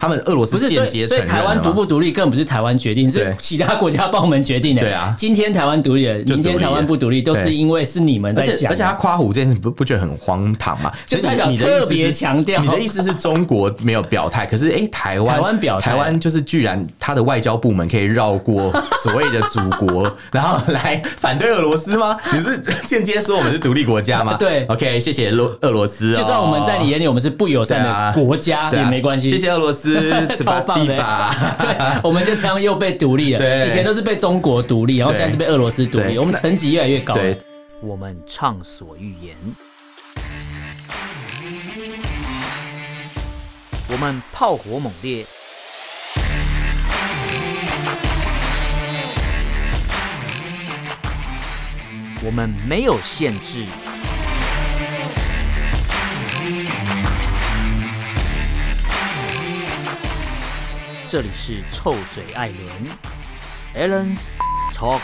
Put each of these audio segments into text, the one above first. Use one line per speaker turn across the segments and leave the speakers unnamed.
他们俄罗斯
不是，所
间
以
接
所
承认
以台
了
湾
嘛
独不独立更不是台湾决定，是
对
其他国家帮我们决定的。
对啊
今天台湾独立了，
就
明
独
天
立
台湾
了
不独立，都是
对
因为是你们
而
在
且
讲。
而且他夸虎这件事不不觉得很荒唐吗？
就
所以你
代表
你的意思是
特别强调
你的意思是中国没有表态，可是 哎、诶台湾
台湾表态
台湾就是居然他的外交部门可以绕过所谓的祖 国，然后来反对俄罗斯吗？你是间接说我们是独立国家吗？
对
，OK，谢谢俄俄罗斯、哦，
就算我们在你眼里我们是不友善
对啊
的国家
对
也
啊
没关系，，
谢谢俄罗斯 巴
超棒
西
的
吧。
对，我们就这样又被独立了。
对
以前都是被中国独立，然后
对
现在是被俄罗斯独立，
对
我们层级越来越高。
对，
我们畅所欲言，
我们炮火猛烈，我们没有限制，这里是臭嘴艾伦 （Allen's Talk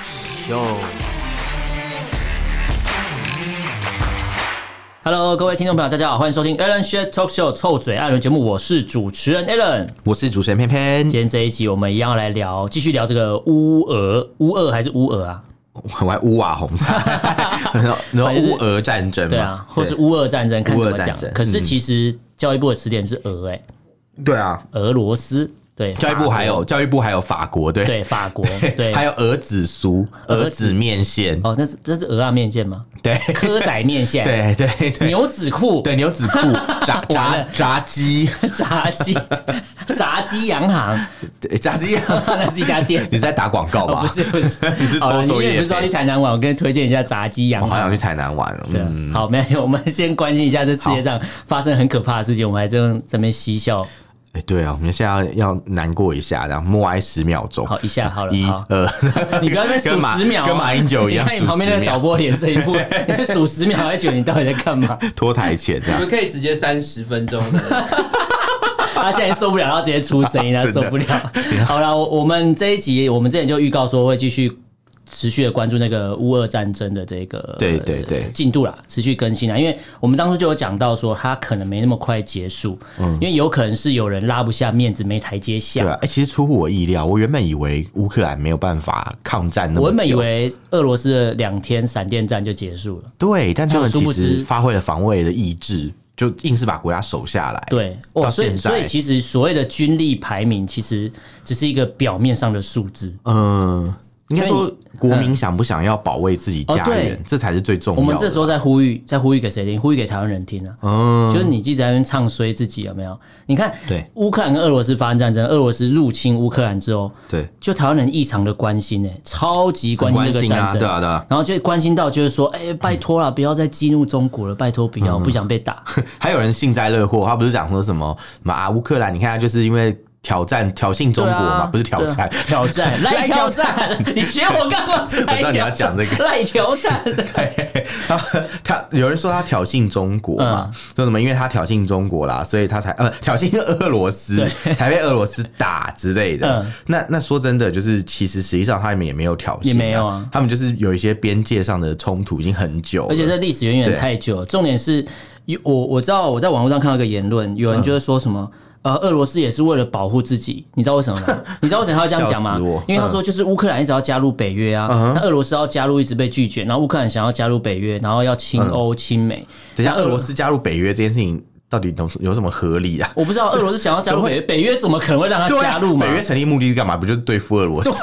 Show）。
Hello，各位听众朋友，大家好，欢迎收听 Alan s h a t Talk Show 臭嘴艾伦节目，我是主持人 Alan。
我是主持人偏偏
今，天这一集我们一样来聊，继续聊这个乌俄，乌俄还是乌俄啊？
我爱乌瓦红 茶，然后然后乌俄战争嘛，
对啊，或是
对
乌俄战争，看怎么
乌俄
讲
战争。
可是
嗯
其实教育部的词典是俄，哎，
对啊，
俄罗斯，对，
教育部还
法
有
国
教育部还有法国 对
对法国，对，
还有鹅子酥、鹅子面线，
哦，那是那是鹅啊面线吗？
对
蚵仔面线，，
对对对
牛仔裤，
对，牛子 裤、炸
完
炸
了
炸鸡、
炸鸡，炸鸡洋行，
对炸鸡，
那是一家店。
你在打广告
哦，
吧？
不是不是，
你是
好了
偷收
你因为你
业
不是说要去
费？
台南玩，我跟你推荐一下炸鸡洋
我好
行。
想去台南玩哦，
对，啊
嗯，
好，没有，我 们先关心一下这世界上发生很可怕的事情，我们还正这边嬉笑，
哎对啊，我们现在要要难过一下，然后默哀十秒钟，
好一下好了，
一
好。
二，
你不要再数
跟马
十秒、啊，
跟马英九一样
你看你旁边那
数
个
10秒
导播脸色一 副，你在数十秒，还觉得你到底在干嘛？
脱台前这
你
样
们。可以直接三十分钟的，
他现在受不了，然后直接出声音，他 受
真的
不了。好了，我我们这一集，我们之前就预告说会继续。持续的关注那个乌俄战争的这个
对对对
呃进度啦，持续更新啦，因为我们当初就有讲到说，它可能没那么快结束，因为有可能是有人拉不下面子，没台阶
嗯对
下。
啊，哎、其实出乎我意料，我原本以为乌克兰没有办法抗战那么久，
我原本以为俄罗斯的两天闪电战就结束了，
对，但他们
就殊
其
不
实
知
发挥了防卫的意志，就硬是把国家守下来。
对，哦，
到
所以
现在
所以其实所谓的军力排名，其实只是一个表面上的数字，
嗯、应该
因
说
为
国民想不想要保卫自己家
嗯哦
园，
对
这才是最重要
我
的。
们这时候在呼吁，在呼吁给谁听？呼吁给台湾人听啊！就是你一直在那边唱衰自己有没有？你看，
嗯对
乌克兰跟俄罗斯发生战争，俄罗斯入侵乌克兰之后，
对
就台湾人异常的关心哎、超级关心这个
很关心
战
啊
争，
对啊嗯对啊
然后就关心到就是说，哎、拜托了，不要再激怒中国了，拜托不要，我
嗯
不想被打。
还有人幸灾乐祸，他不是讲说什么什么啊乌克兰，你看他就是因为挑战挑衅 中
对
国嘛，
啊
不是挑战。
对啊挑 战，来挑战！你学我干嘛？
我知道你要
来挑战
讲这个
来挑战。
哎他他有人说他挑衅中国嘛，
嗯
说什么因为他挑衅中国啦，所以他才呃挑衅俄罗斯 才被俄罗斯打之类的。
嗯
那那说真的，就是其实实际上他们也没有挑衅、啊，
也没有啊
他们就是有一些边界上的冲突已经很久了，
而且这历史远远太久了。重点是，有我我知道我在网络上看到一个言论，有人就是说什么。呃，俄罗斯也是为了保护自己，你知道为什么 吗？你知道为什么他要这样讲吗
笑死我？嗯
因为他说就是乌克兰一直要加入北约啊，那俄罗斯要加入一直被拒绝，然后乌克兰想要加入北约，然后要亲
嗯
欧亲美。
等一下俄罗斯加入北约这件事情到底有有什么合理啊？
我不知道俄罗斯想要加入北约，北约怎么可能会让他
对啊
加入嘛
北？约成立目的是干嘛？不就是对付俄罗斯？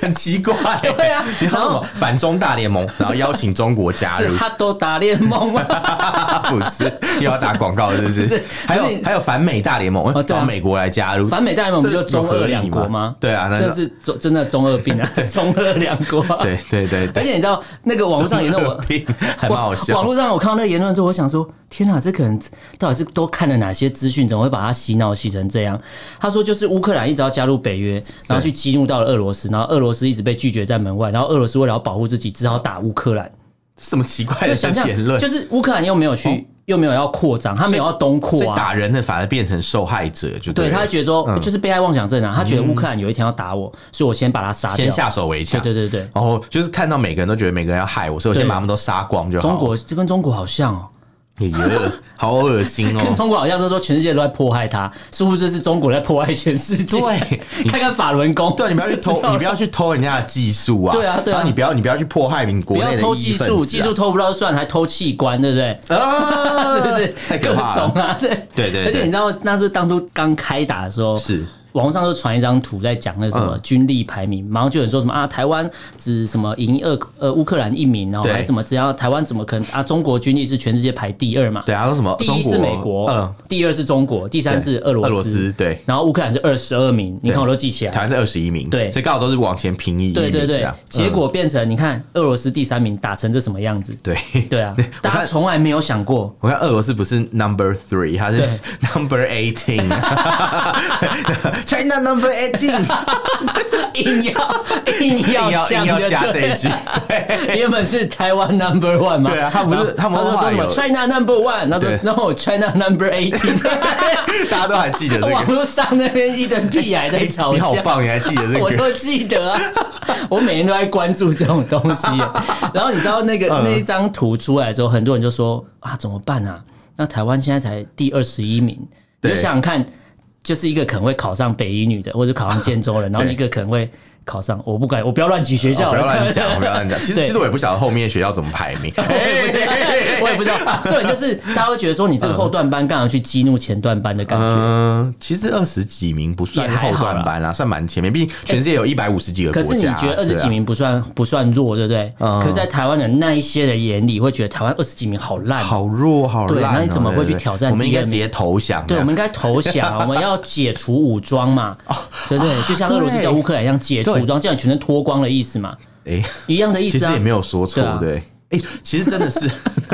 很奇怪、
对啊
你说
然
什
后
么反中大联盟，然后邀请中国加
是
入，
他都打猎梦 啊！
不是又要打广告是不是？
不是
还
不是
有还有反美大联盟，
对啊
找美国来加入，
反美大联盟不就
这有
中
合
俄
理
两国吗
吗？？对啊，那
这是中真的中俄病 啊，中俄两国啊。
对对对
而
对，
且你知道那个网络上也那
中
我
俄病还蛮好
网
笑。
络上我看到那个言论之后，我想说：天哪，这可能到底是都看了哪些资讯，怎么会把他洗脑洗成这样？他说，就是乌克兰一直要加入北约，然后去激怒到了俄罗斯，然后俄罗斯一直被拒绝在门外，然后俄罗斯为了要保护自己，只好打乌克兰。
什么奇怪
就
的
想象
言论？
就是乌克兰又没有去，又没有要扩张，他没有要东
哦所
扩
以
啊。
打人的反而变成受害者，就
对，
了
他会觉得说，就是被害妄想症啊，他觉得乌克兰有一天要打我，所以我先把他杀
嗯
掉。
先下手为
对
强。
对对对，
然后就是看到每个人都觉得每个人要害我，所以我先
对
把他们都杀光就好。
中国这跟中国好像哦，
哎呀，好恶心
跟
哦！
中国好像都说全世界都在迫害他，殊不知是中国在迫害全世界。
对，
看看法轮功，
对，你不要去
就
偷
知道，了
你不要去偷人家的技术啊！
对啊对啊
然后你不要，你不要去迫害你国
不
内
要
的
偷
异
技
议分
术，
子
技术偷不到就算，还偷器官，对不对？
啊，啊
是不是？
太可怕
各种
了？
啊， 对
对对
而且
对
你知道，那时候当初刚开打的时候，
是
网上就传一张图在讲那什么
嗯
军力排名，马上就有人说什么啊，台湾只什么赢俄呃乌克兰一名，然后
对
还什么只要台湾怎么可能啊？中国军力是全世界排第二嘛？
对啊，说什么？
第一是美国，
嗯，
第二是中国，第三是俄罗
俄罗斯，对，
然后乌克兰是二十二名，你看我都记起
台
来。
湾是二十一名，
对
所以刚好都是往前平移一名
对对
这
对
样，嗯
结果变成你看俄罗斯第三名打成这什么样子？
对。
对啊，大家
看
从来没有想过，
我看俄罗斯不是 number three，它是 number eighteen，China number eighteen，
硬要 硬
硬
要
要
呛
硬要
就
加
对
这一
了
句，
原本是台湾 number one 嘛，
对啊他不是
然后
他们
就说
后来
什么
有
China number one，然后说
对
no China number eighteen，
大家都还记得这
网
个。
络上那边一堆屁孩在
哎
吵架，
你好棒，你还记得这
我
个？哦
都记 得啊，我每天都在关注这种东西。啊 然后你知道那个、
嗯
那一张图出来之后，很多人就说啊，怎么办啊？那台湾现在才第二十一名，你
对
就想想看，就是一个可能会考上北医女的，或者考上建州人，然后
对
一个可能会考上，我不管，我不要乱举学
哦
校
不
了、
要乱讲，不要乱讲。其实
对
其实我也不晓得后面学校怎么排 名。
我也不知道，重点就是大家会觉得说你这个后段班干嘛去激怒前段班的感觉？
嗯，其实二十几名不算
也还
后
好啦
段班啦，算蛮前面。毕竟全世界有一百五十几个
可
国家。
是你觉得二十
对啊
几名不算、不算弱，对不对？
嗯
可是在台湾的那一些人眼里，会觉得台湾二十几名好烂，啊
好弱，好
对
烂哦。
那你怎么会
对对
去
对
挑战
我们应
第二
该直接投降。啊
对，我们应该投降，我们要解除武装 嘛，对不对？就像俄罗斯
哦啊对
叫乌克兰一样，解除武装，叫你全身脱光的意思嘛，
哎，
一样的意
其
思
实
啊
也。没有说错
对啊，
对。哎，其实真的是，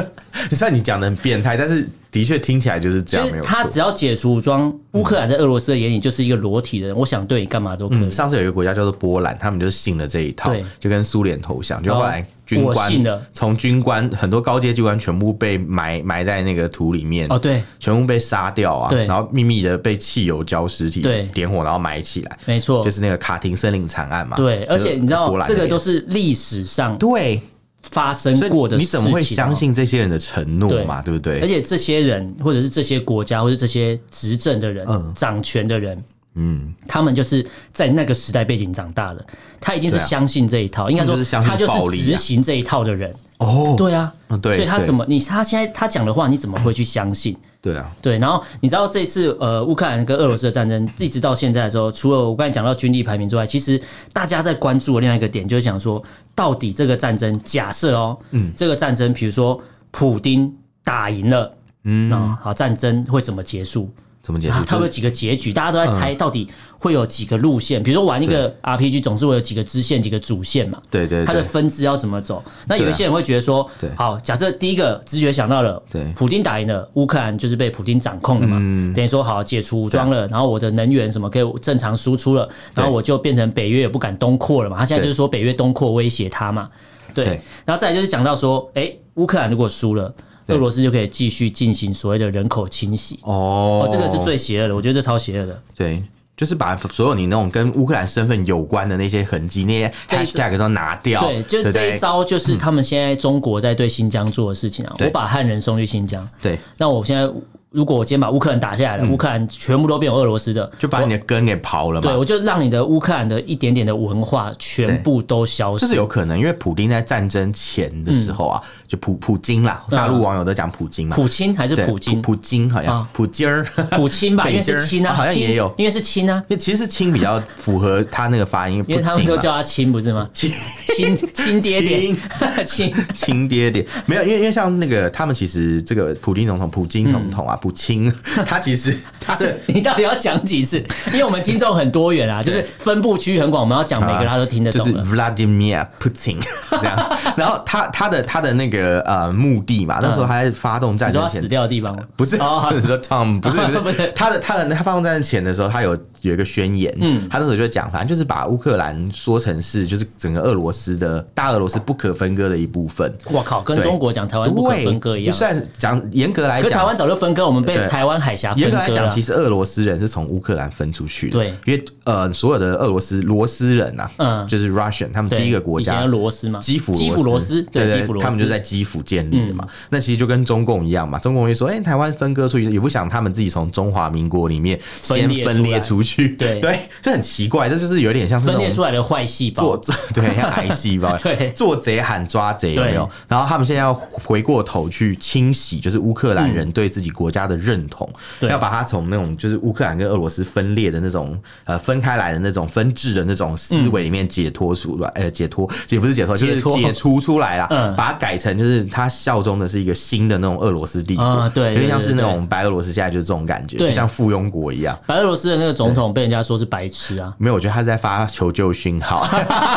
虽然你讲的很变态，但是的确听起来就是这
就
样，
是
没有
他只
错。
要解除武装，乌克兰在俄罗斯的眼里就是一个裸体的人，我想对你干嘛都可以
嗯，。上次有一个国家叫做波兰，他们就是信了这一套
对，
就跟苏联投降，就后来
哦
军
我信
官
了
从军官很多高阶军官全部被埋埋在那个土里面
哦，对，
全部被杀掉啊，
对
然后秘密的被汽油浇尸体，
对
点火然后埋起来，
没错
就，是那个卡廷森林惨案嘛。
对，而且你知
就是波
道
兰
这
那
个
边
都是历史上
对，
发生
所以
过的事
你
情
怎么会
哦
相？信这些人的承诺嘛？对不对？
而且这些人，或者是这些国家，或者是这些执政的人、
嗯
掌权的人，
嗯，
他们就是在那个时代背景长大的，他已经是
对啊
相信这一套，应该
他们就是
说
相信
他就
暴
是
力啊
执行这一套的人。
哦，
对啊，
嗯对
所以他
对
怎么你他现在他讲的话，你怎么会去相信？
对啊，
对，然后你知道这次呃乌克兰跟俄罗斯的战争一直到现在的时候，除了我刚才讲到军力排名之外，其实大家在关注的另外一个点就是想说，到底这个战争假设哦，嗯，这个战争比如说普丁打赢了，嗯，好，战争会怎么结束？嗯
怎么解
啊
释？
它会有
就
几个结局，大家都在猜到底会有几个路线。比如说玩一个 RPG，总是会有几个支线、几个主线嘛。
对对
它的
对，
分支要怎么走？那有
对
一
啊
些人会觉得说
对，
好，假设第一个直觉想到了，
对嗯
普京打赢了，乌克兰就是被普京掌控了嘛，等于说好解除武装
啊
了，然后我的能源什么可以正常输出了，然后我就变成北约也不敢东扩了嘛，他现在
对
就是说北约东扩威胁他嘛，对
对，
然后再来就是讲到说，哎，乌克兰如果输了，俄
对
罗斯就可以继续进行所谓的人口清洗。
哦
哦，这个是最邪恶的，我觉得这超邪恶的。
对。就是把所有你那种跟乌克兰身份有关的那些痕迹、那些
这一次
hashtag 都拿掉，
对，就
不
这一招，就是他们现在中国在对新疆做的事情啊。
嗯对
我把汉人送去新疆，
对，
那我现在如果我今天把乌克兰打下来了，
嗯
乌克兰全部都变成俄罗斯的，
就把你的根给刨了
对
嘛。
我就让你的乌克兰的一点点的文化全部都消
这
失。
是有可能，因为普丁在战争前的时候啊，就普普京啦，大陆网友都讲普京嘛，
嗯普京还是
对
普京？
普京好像
啊
普京儿，
普京吧，
北
因为是
京
亲啊，
啊好像
亲
也有
因为是亲啊，
因为其实亲比较符合他那个发音，
因为他
不
们
京
都
嘛
叫他亲，不是吗？
亲
亲亲爹爹， 亲。
亲爹爹没有，因为因为像那个他们其实这个普丁总统、普京总
嗯
统啊，普 京他其实他的
你到底要讲几次？因为我们听众很多元啊，就是分布区域很广，我们要讲每个他都听得
啊就是
懂了。
Vladimir Putin 这样，然后他他的他的那个呃目的嘛，那时候他在发动战
你说
争
他
前
死。掉的地方吗？
不是，
哦好
你说 Tom 不是
不
不
是
是，他的他的他发动战争前的时候，他有有一个宣言，嗯，他那时候就讲，反正就是把乌克兰说成是就是整个俄罗斯的大俄罗斯不可分割的一部分，
我靠，跟
对
中国讲台湾不可分割一
对
样
虽。然讲严格来
可
讲，
台湾早就分割，我我们被
对
台湾海峡啊分
严格
割
来讲，
了
其。实俄罗斯人是从乌克兰分出去的，
对
因为呃，所有的俄罗斯罗斯人呐、
嗯
就是 Russian，他们
对
第一个国
以前
家
叫罗斯嘛
基辅
基辅罗斯
对
对基辅罗斯嗯
他们就在基辅建立的嘛。那其实就跟中共一样嘛，中共会说，哎、台湾分割出去，也不想他们自己从中华民国里面先
裂出来
分裂出去，
对
对，这很奇怪，这就是有点像是那
分裂
种
出来的坏细
做，
胞
做 对，像癌细胞，
对
做贼喊抓贼有没有
对？
然后他们现在要回过头去清洗，就是乌克兰人对自己国家的认同，
嗯对
要把它从那种就是乌克兰跟俄罗斯分裂的那种呃分开来的那种分治的那种思维里面解脱出来，呃，解脱也不是解脱，就
解
是
脱
解除出来啦，
嗯
把它改成就是他效忠的是一个新的那种俄罗斯帝国
啊，对
有点像
对
是那
对
种白俄罗斯现在就是这种感觉，
对
就像附庸国一样。
白俄罗斯的那个总统被人家说是白痴啊，
没有，我觉得他是在发求救讯号，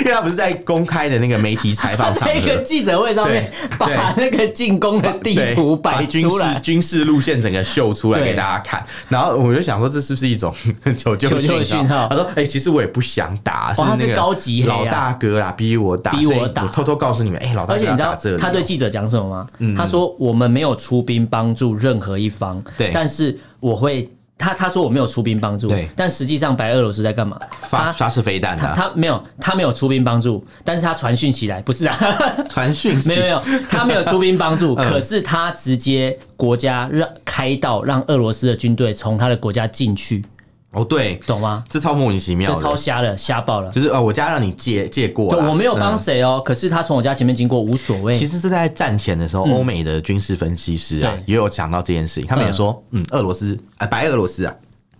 因为他不是在公开的那个媒体采访 场
那个
合。
记者会上面
对
把那个进攻的地
对
图
把
摆
军
出
事
来，
军事路线整个秀出来
对
给大家看，然后我就想说这是不是一种求救
求救
讯
讯号
他说：“哎、其实我也不想打，
哇他是
那个
高级黑啊
老大哥啦，逼我打，
逼
所以
我打
我偷偷告诉你们，哎、老大
而
哥
且
要
你知
打
道
这里哦、嗯
他对记者讲什么吗？他说我们没有出兵帮助任何一方，
对
但是我会。他他说我没有出兵帮助
对，
但实际上白俄罗斯在干嘛？
发
他
发射飞弹
他
啊，
他没有他没有出兵帮助，但是他传讯起来 不是啊，
传讯息
没有没有，他没有出兵帮助，
嗯
可是他直接国家让开道让俄罗斯的军队从他的国家进去，
哦，对，
懂吗？
这超莫名其妙
这
的，
超瞎了，瞎爆了。
就是哦，我家让你借借过
对
啦，
我没有帮
嗯
谁哦，可是他从我家前面经过无所谓。
其实是在战前的时候，欧、美的军事分析师啊
嗯对，
也有讲到这件事情。他们也说，嗯，俄罗斯，呃，白俄罗斯啊，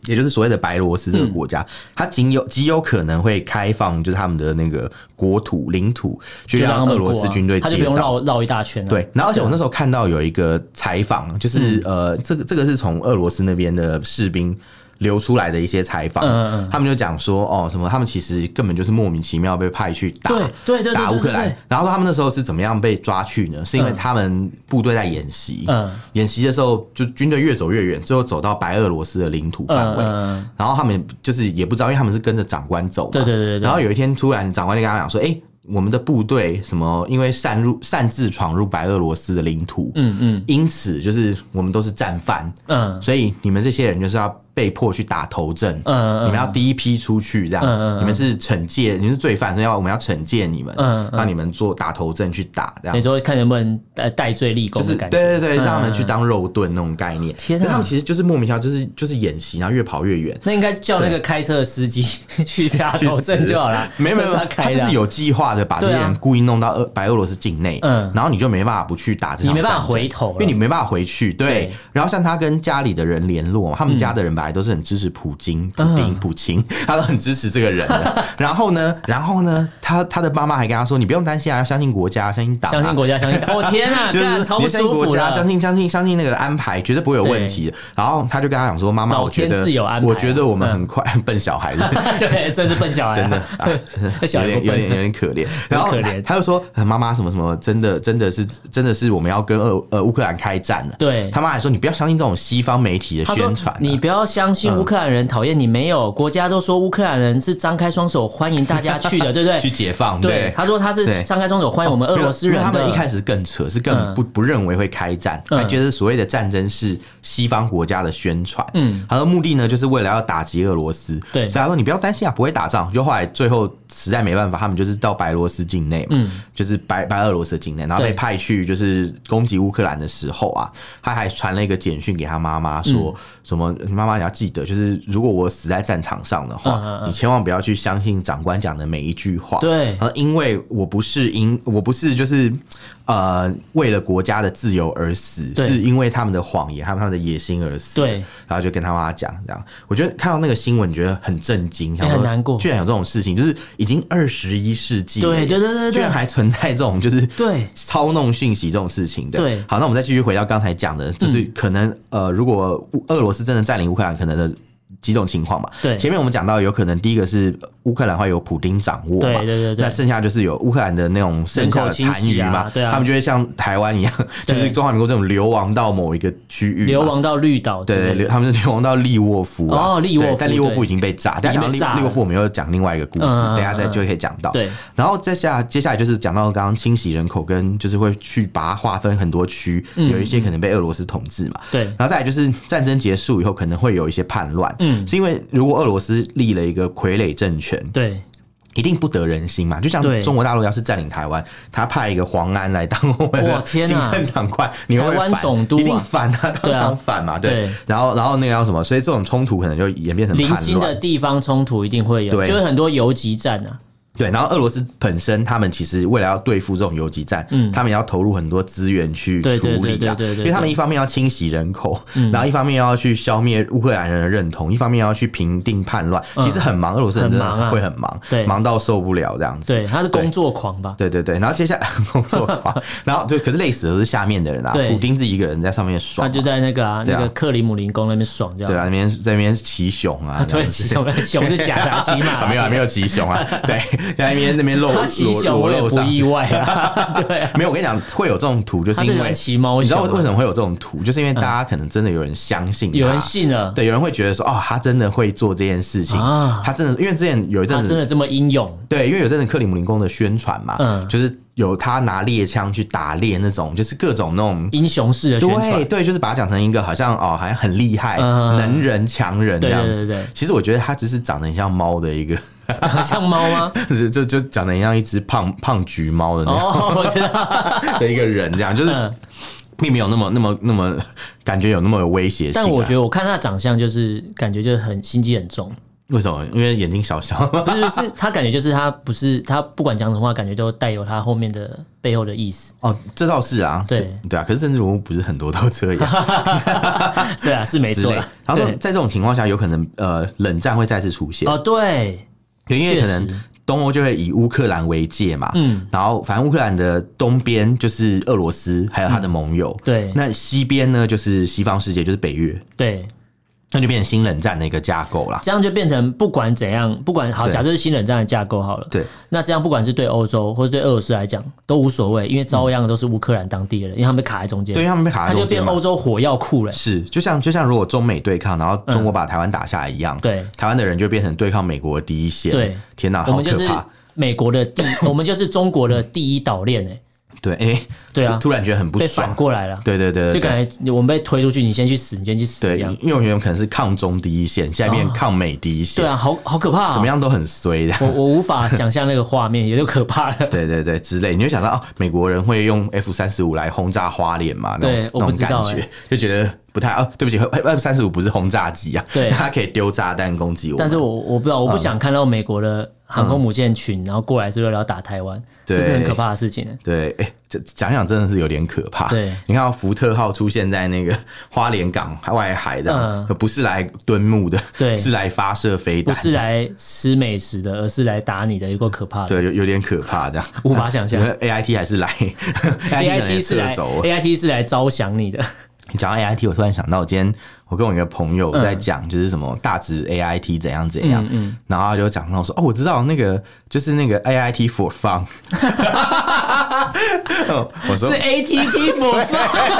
也就是所谓的白俄罗斯这个国家，
嗯
它仅有极有可能会开放，就是他们的那个国土领土，去
就让他
让
们
俄罗
过
斯
啊
军队
他就
接
不用
到。
绕绕一大圈啊了。
对，然后而且我那时候看到有一个采访，就是、
嗯
呃，这个这个是从俄罗斯那边的士兵。流出来的一些采访，
嗯嗯嗯
他们就讲说，哦，什么，他们其实根本就是莫名其妙被派去打，
对对对对
打乌克
对
兰
对。
然后说他们那时候是怎么样被抓去呢？是因为
嗯
他们部队在演习，
嗯
演习的时候就军队越走越远，最后走到白俄罗斯的领土范围，
嗯嗯
然后他们就是也不知道，因为他们是跟着长官走嘛，
对对对对对
然后有一天突然长官就跟他讲说，哎、我们的部队什么？因为擅入擅自闯入白俄罗斯的领土，
嗯嗯
因此就是我们都是战犯，
嗯
所以你们这些人就是要被迫去打头阵，
嗯嗯
你们要第一批出去，这样，
嗯嗯嗯
你们是惩戒，你们是罪犯，所以要我们要惩戒你们，
嗯嗯
让你们做打头阵去打，这样
你。说看能不能呃戴罪立
啊就
功
是对
的感觉。
对对，
嗯
让他们去当肉盾那种概念。
天啊
可他们其实就是莫名其妙，就是就是演习，然后越跑越远。
那应该叫那个开车的司机 去打头阵就好了。
没有没有，没
车是他
有他
开
就
的啊
是，有计划的把这些
对啊
人故意弄到俄白俄罗斯境内，
嗯
然后你就没办法不去打这场战争，
你没办法回头了
因为你没办法回去。对
对，嗯
然后像他跟家里的人联络嘛，他们家的人本来都是很支持普京、普丁、普京， 他都很支持这个人 的。然后呢，然后呢，他他的妈妈还跟他说：“你不用担心啊，要相信国家，相信党啊，
相信国家，相信 党。我天啊，
就是
干超
你
不
相信
舒
国
服
家，相
的。
信相信相信那个安排，绝对不会有问题的。然后他就跟他讲说：“妈妈，
老
我觉得
天自有安排啊
我觉得我们很快 笨小孩子，
对，真是笨小孩
真的
啊，
啊，
那小
有点
孩不
有点有
笨。
点可 怜。然后
可怜
他就说呃妈妈什么什么，真的真的是真的是我们要跟俄呃乌克兰开战了。
对
他妈还说你不要相信这种西方媒体的
他说
宣传啊、：“
你不要相信乌克兰人讨厌你，没有国家都说乌克兰人是张开双手欢迎大家去 的，对不对？
去解放
对，他说他
对
是张开双
哦
手欢迎我们俄罗斯
因
人
为
的。
他们一开始更扯，是更
嗯
不、不认为会开战，
嗯
还觉得所谓的战争是西方国家的宣传。
嗯
嗯，他的目的呢，就是为了要打击俄罗斯。
对
所以他说你不要担心啊，不会打仗。就后来最后实在没办法，他们就是到白俄罗斯境内嘛，就是白白俄罗斯境内，然后
嗯对
被派去就是攻击乌克兰的时候啊，他还传了一个简讯给他妈妈
嗯
说、什么妈妈你要记得，就是如果我死在战场上的话，
嗯嗯嗯
你千万不要去相信长官讲的每一句话。
对
呃，因为我不是因我不是就是呃为了国家的自由而死，
对
是因为他们的谎言，还有他们的野心而死。
对，
然后就跟他妈讲这样，我觉得看到那个新闻，觉得很震惊，想说
很难过
居然有这种事情，就是已经二十一世纪了耶，
对对对对对
居然还存在这种就是
对
操弄讯息这种事情的。
对嗯
好，那我们再继续回到刚才讲的，就是可能、呃，如果乌俄罗斯真的占领乌克兰，可能的。几种情况吧。
对
前面我们讲到，有可能第一个是乌克兰会有普丁掌握嘛，
对对对对
那剩下就是有乌克兰的那种剩下的残余
人口清洗
嘛，
啊对啊
他们就会像台湾一样，就
对
是中华民国这种流亡到某一个区域嘛，
流亡到绿岛之
对
类的，
对流他们是流亡到利沃夫啊，
哦利沃夫
对但利沃夫
对
已经被炸，但
已
讲
经被
到利
炸了
利沃夫，我们又讲另外一个故事，
嗯嗯嗯
等一下再就可以讲到。
对，
然后再下接下来就是讲到刚刚清洗人口跟就是会去把它划分很多区，有一些可能被俄罗斯统治嘛。
嗯对
然后再来就是战争结束以后可能会有一些叛乱，嗯，是因为如果俄罗斯立了一个傀儡政权，
对
一定不得人心嘛。就像
对
中国大陆要是占领台湾，他派一个黄安来当我们
哇
的
天
行
啊
政长官，你会不会
台湾
反
总督啊
一定反啊，当
对啊
场反嘛，
对
对。然后，然后那个叫什么？所以这种冲突可能就演变成
零
叛
星的
乱。
地方冲突一定会有，
对
就是很多游击战啊，
对，然后俄罗斯本身他们其实为了要对付这种游击战，他们也要投入很多资源去
对
处
对嗯对
理
对
啊，
对对
因
对嗯
为他们一方面要清洗人口，然后一方面要去消灭乌克兰人的认同，一方面要去平定叛乱，其实很忙，俄罗斯人真
嗯很忙啊
的会很忙
对，
忙到受不了这样子。
对，他是工作狂吧？
对对对，然后接下来 工作狂，然后就可是累死的是下面的人啊，
对
普丁自己一个人在上面爽
他
嘛，
就在那个啊，
对
那
啊
个克里姆林宫那边爽这样。
对啊，那边在那边骑熊啊，
突然骑熊，熊是假 的啊，骑马
啊没有啊没有骑熊 啊，对，在那边那边露
他骑
裸
熊
裸
我也
露
不
上
意外啊， 对啊，
没有，我跟你讲，会有这种图，就是
他
因
最喜欢
为
骑猫
你知
熊
道
啊，
为什么会有这种图，就是因为大家可能真的有人相信他，
有人信了，
对，有人会觉得说，哦，他真的会做这件事情，
啊
他真的，因为之前有一
他
阵
真
子，
的这么英勇，
对，因为有一阵子克里姆林宫的宣传嘛，
嗯
就是有他拿猎枪去打猎那种，就是各种那种
英雄式的宣
对
传，
对，就是把它讲成一个好像哦，好像很厉害、
嗯
能人、强人这
对
样
对
子。
对对
其实我觉得它只是长得很像猫的一个，
对，像猫吗？
就就就长得很像一只胖胖橘猫的那样、
哦，我知 道，
的一个人，这样就是
嗯，
并没有那么那么那么感觉有那么有威胁性啊、
但我觉得我看他长相就是感觉就是很心机很重，
为什么？因为眼睛小小，
不是是他感觉就是他不是他不管讲什么话，感觉都带有他后面的背后的意思，
哦，这倒是啊，
对
对啊。可是政治人物不是很多都这 样
对啊，是没
之
错
类
啦，。
然后
对，
在这种情况下，有可能呃冷战会再次出现
哦对，
对，因为
确
可
实
能东欧就会以乌克兰为界嘛，
嗯
嗯，然后反正乌克兰的东边就是俄罗斯，还有他的盟友，
嗯对
那西边呢就是西方世界，就是北约，
对，
那就变成新冷战的一个架构啦。
这样就变成不管怎样，不管好，
对
假设是新冷战的架构好了，
对，
那这样不管是对欧洲或是对俄罗斯来讲都无所谓，因为遭殃的都是乌克兰当地的人，因为他们被卡在中间，
嗯对，因为他们被卡在
他就
中
变
间嘛
欧。洲火药库了。
是，就像就像如果中美对抗，然后中国把台湾打下来一样，
嗯对
台湾的人就变成对抗美国的第一线。
对
天哪，
我
啊好
们就
可
是
怕！
美国 的第，我们就是中国的第一岛链哎，
对，哎，
对啊
就突然觉得很不
被
爽
反。过来了，
对对对，对对
就感觉我们被推出去，你先去死，你先去死一
对，
样。哦
因为我原本可能是抗中第一线，现在变抗美第一线，
对啊，，好好可怕、啊，
怎么？样都很衰的。
我我无法想象那个画面，也就可怕了。
对对对，之类，你就想到哦，美国人会用 F 三十五来轰炸花莲嘛？那
对
种
我不知道哎
那种感觉、就觉得不太哦，对不起，F 三十五不是轰炸机啊，
对
它可以丢炸弹攻击我们。
但是我我不知道，
嗯
我不想看到美国的航空母舰群，然后过来是为了要打台湾，这
对
是很可怕的事情。欸
对，哎、这讲讲真的是有点可怕。
对
你看到福特号出现在那个 花莲港外海的，
嗯
不是来蹲木的，
对
是来发射飞
不
弹，
是来吃美食的，而是来打你的，有够可怕的，
对，有有点可怕这样。
无法 想象
我。们 AIT 还是来
A
AIT 可能
I T
也
是来
撤走了哦
A I T 是来招降你的，
你讲到 AIT，我突然想到，今天我跟我一个朋友
嗯
在讲，就是什么大直 AIT 怎样怎样，然后他就讲到说，哦，我知道那个就是那个 AIT for fun，嗯我说
是 A T T 佛放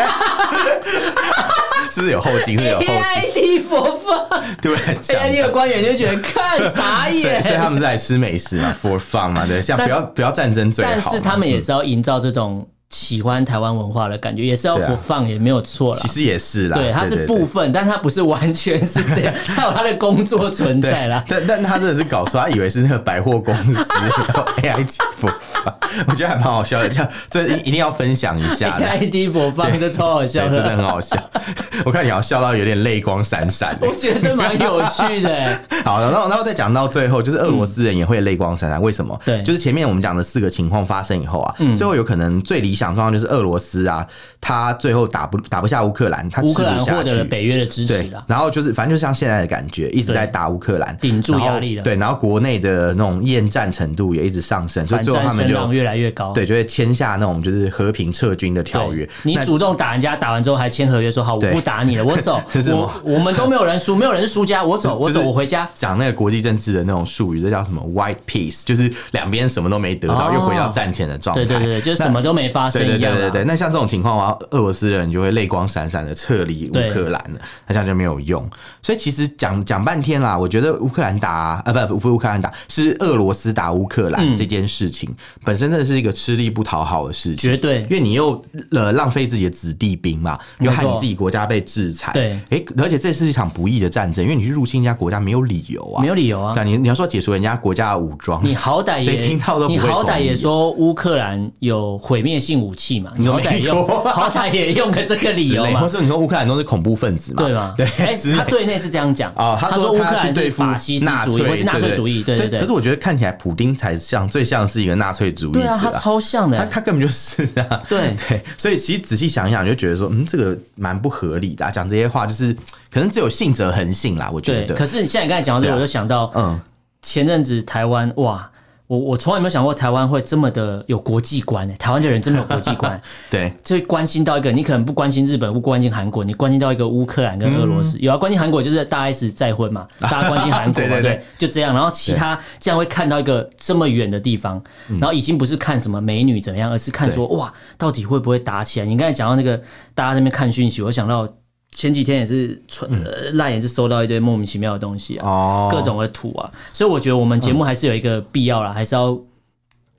是不是有后劲？是不是有后
，A
劲，
I T 佛放
突然
，A
想
I T 的
到。
官员就觉得 看傻
所以，所以他
眼。
们是来吃美食嘛，for fun 嘛，对，像
但
不要不要战争最好嘛。嗯
但是他们也是要营造这种喜欢台湾文化的感觉，也是要
对啊
佛放，也没有错啦
其。实也是啦，
对，它是
对
部分，但它不是完全是这样，它有它的工作存
对
在啦。
但但他真的是搞错，他以为是那个百货公司然后 AIT for fun，我觉得还蛮好笑的，这样这一一定要分享一下
A
的。
I T 佛放，这超好笑
对，真的
的，
很好笑。 我看你要笑到有点泪光闪闪的
我。觉得这蛮有趣的欸。
好，然后然后再讲到最后，就是俄罗斯人也会泪光闪闪，为什么？
嗯对嗯
就是前面我们讲的四个情况发生以后啊，最后有可能最理想状况就是俄罗斯啊，他最后打不打不下乌克兰，他吃
乌克兰
不
获
下
得了
去。
北约的支持
对
啦，。
然后就是反正就像现在的感觉，一直在打乌克兰，
顶住压力了
然后对，然后国内的那种厌战程度也一直上升，所以
反
最后
战
他们
声浪
就
越来越高。
对就会签下那种就是和平撤军的条约
对。你
那
主动打人家，打完之后还签合约说好，我
对
不打你了，我走
这是，什么
我我们都没有人输，没有人是输家，我走，
就
我
是
走，我回家。
讲那个国际政治的那种术语，这叫什么 “white peace”，就是两边什么都没得到，
哦
又回到战前的状态。
对对对，就是什么都没发生
对对
一
对
样啊。
对对，那像这种情况的话，俄罗斯人就会泪光闪闪的撤离乌
对
克兰了，那这样就没有用。所以其实讲讲半天啦，我觉得乌克兰打呃不不不是乌克兰打，是俄罗斯打乌克
嗯
兰这件事情、本身真的是一个吃力不讨好的事情，
绝对
因为你又呃浪费自己的子弟兵嘛，又害
没
你
错
自己国家被制裁，
对
诶，而且这是一场不义的战争，因为你去入侵人家国家没有理由啊，
没有理由啊
对，你你要说解除人家国家的武装，
你好歹也
谁听到都不会
你好歹也
同意
说乌克兰有毁灭性武器嘛，你
有
好歹也用
美国
好歹也用个这个理
之
由
类，
嘛
或，是你说乌克兰都是恐怖分子嘛？
对吗？
对，
哎
之类
他对内是这样讲
哦，
他
说
乌克
他去
兰
对
是
付
法西斯
纳
主义
粹
或是纳粹主义，对
对
对
可是。我觉得看起来普丁才像最像是一个纳粹主义者
对啊，他超像的
他
欸，
他根本就是啊，
对
对，所以其实仔细想一想，就觉得说，嗯，这个蛮不合理的、啊。讲这些话就是可能只有信者恒信啦，我觉
对。
得。
可是你像你刚才讲到这
对
个，
啊
我就想到
嗯，
前阵子台湾哇，我我从来没有想过台湾会这么的有国际观欸台湾的人真的有国际 观，
对，
就关心到一个，你可能不关心日本，不关心韩国，你关心到一个乌克兰跟俄罗斯。有啊，关心韩国就是大 S 再婚 嘛，大家关心韩国嘛，
嗯对对对
就这样。然后其他这样会看到一个这么远的地方，
嗯
然后已经不是看什么美女怎么样，而是看说哇，到底会不会打起来？你刚才讲到那个大家那边看讯息，我想到前几天也是传
嗯
呃赖、也是收到一堆莫名其妙的东西啊，
哦，
各种的图啊，所以我觉得我们节目还是有一个必要啦，还是要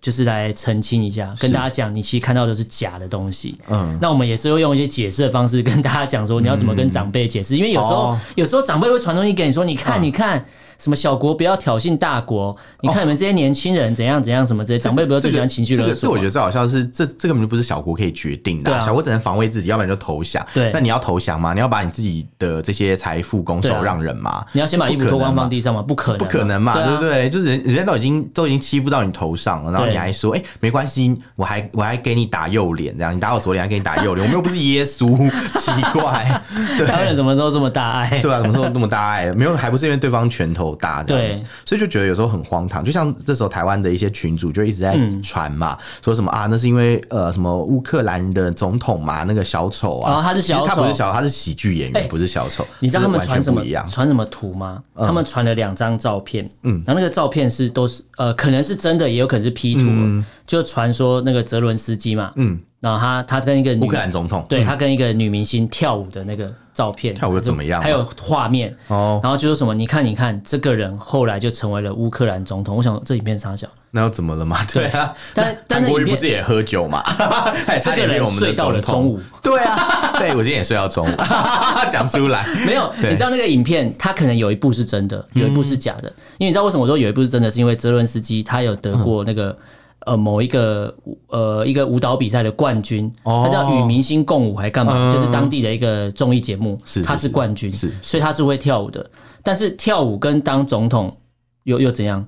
就是来澄清一下，跟大家讲，你其实看到的都是假的东西。
嗯，
那我们也是会用一些解释的方式跟大家讲说，你要怎么跟长辈解释，因为有时候、
哦嗯
有时候长辈会传东西给你说，你看、你看什么小国不要挑衅大国，你看你们这些年轻人怎样怎样什么这些，长辈不是最喜欢情绪
这
勒
个是
索
我
吗
觉得最好笑的是，这这根本就不是小国可以决定的、
对啊
小国只能防卫自己，要不然就投降。
对
那你要投降吗？你要把你自己的这些财富拱
对啊
手让人吗？
你要先把衣服脱光放地上吗？不可能，
不可能嘛，
对
对
啊
不 对？就是人人家都已经都已经欺负到你头上了，然后
对
你还 说，哎，没关系，我还我还给你打右脸，这样你打我左脸，还给你打右脸，我们又不是耶稣， 奇 怪，对
台湾人什么时候这么大爱？
对啊，怎么说那么大爱？没有，还不是因为对方拳头大这样子
对，
所以就觉得有时候很荒唐。就像这时候台湾的一些群主就一直在
嗯
传嘛，说什么啊，那是因为呃什么乌克兰的总统嘛，那个小丑啊，
哦他是小丑
其实他不是小，他是喜剧演员，
哎
不是小丑，
你知道他们
这是
传
完
什
全
么
不一样？嗯
传什么图吗？他们传了两张照片，嗯，然后那个照片是都是呃，可能是真的，也有可能是 P 图，
嗯
就传说那个泽伦斯基嘛，嗯，然后他他跟一个女
乌克兰总统嗯
对他跟一个女明星跳舞的那个照片，
跳舞又怎么样嘛啊
还有画面，
哦，
然后就说什么，你看你看，这个人后来就成为了乌克兰总统。我想这影片傻小，
那又怎么了嘛？对啊，
但
那
但
韩
那
国
影
瑜不
片
是也喝酒嘛？ 他也差点被我们
这个
的
人睡到了
总
中午
统。对啊，对我今天也睡到中午， 讲出来
没有，你
对嗯
知道那个影片，它可能有一部是真的，有一部是假的。因为你知道为什么我说有一部是真的，是因为泽伦斯基他有得过那个、呃某一个呃一个舞蹈比赛的冠军，
哦
他叫与明星共舞还干嘛？
嗯
就是当地的一个综艺节目，
是是
他是冠军，
是是
所以他是会跳舞的。但是跳舞跟当总统又又怎样？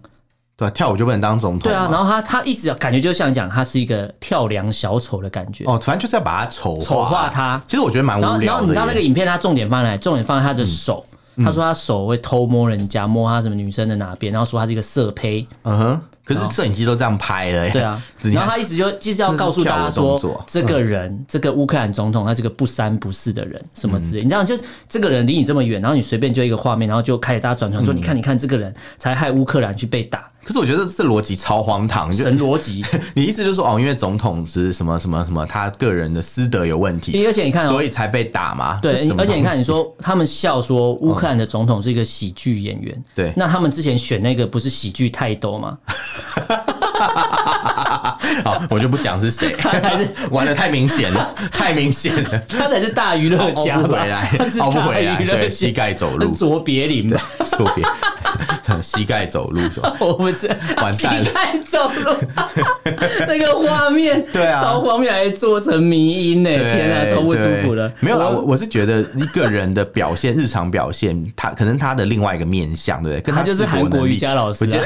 对啊，跳舞就不能当总统
对
嘛？
啊，然后他他一直感觉就像你讲，他是一个跳梁小丑的感觉。
哦，反正就是要把他丑
丑化
化
他
其实我觉得蛮
然后
无
然后
聊
你
的嗯
知道那个
耶。
影片，它重点放在哪里重点放在他的手。他说他手会偷摸人家，摸他什么女生的哪边，然后说他是一个色胚，
嗯哼，可是摄影机都这样拍了耶。
哦对啊。
你
然后
还
他
是
意思就就是要告诉大家
那是
说
跳舞的动作，
这个人，这个乌克兰总统，他是个不三不四的人，什么之
嗯
类。你知道，就是这个人离你这么远，然后你随便就一个画面，然后就开始大家转传
嗯
说，你看，你看，这个人才害乌克兰去 被打，
可是我觉得这逻辑超荒唐，就
神逻辑。
你意思就是说哦，因为总统是什么什么什么，他个人的私德有问 题，
而且你看哦
所以才被打嘛。
对
这是什，么
而且你看，
东
你
西
说他们笑说乌克兰的总统是一个喜剧演员，
嗯对
那他们之前选那个不是喜剧泰斗吗？
好，哦我就不讲是 谁，玩的太明显了， 太明显了。
他才是大娱乐家
熬不
吧？
回来
他是，大
熬不回
娱
来，
乐家
对，膝盖走
他是
路，
卓别林吧？
左边， 膝盖走路，走
我不是，
完蛋了
膝盖走路， 那个画面，
对啊
超荒谬，还做成迷音呢，
对
天啊，超不舒服的
对。没有啦，我我是觉得一个人的表现，日常表现，他可能他的另外一个面相，对不对？跟
他就是
自
韩
能
国
力
瑜伽老师
不
啊
见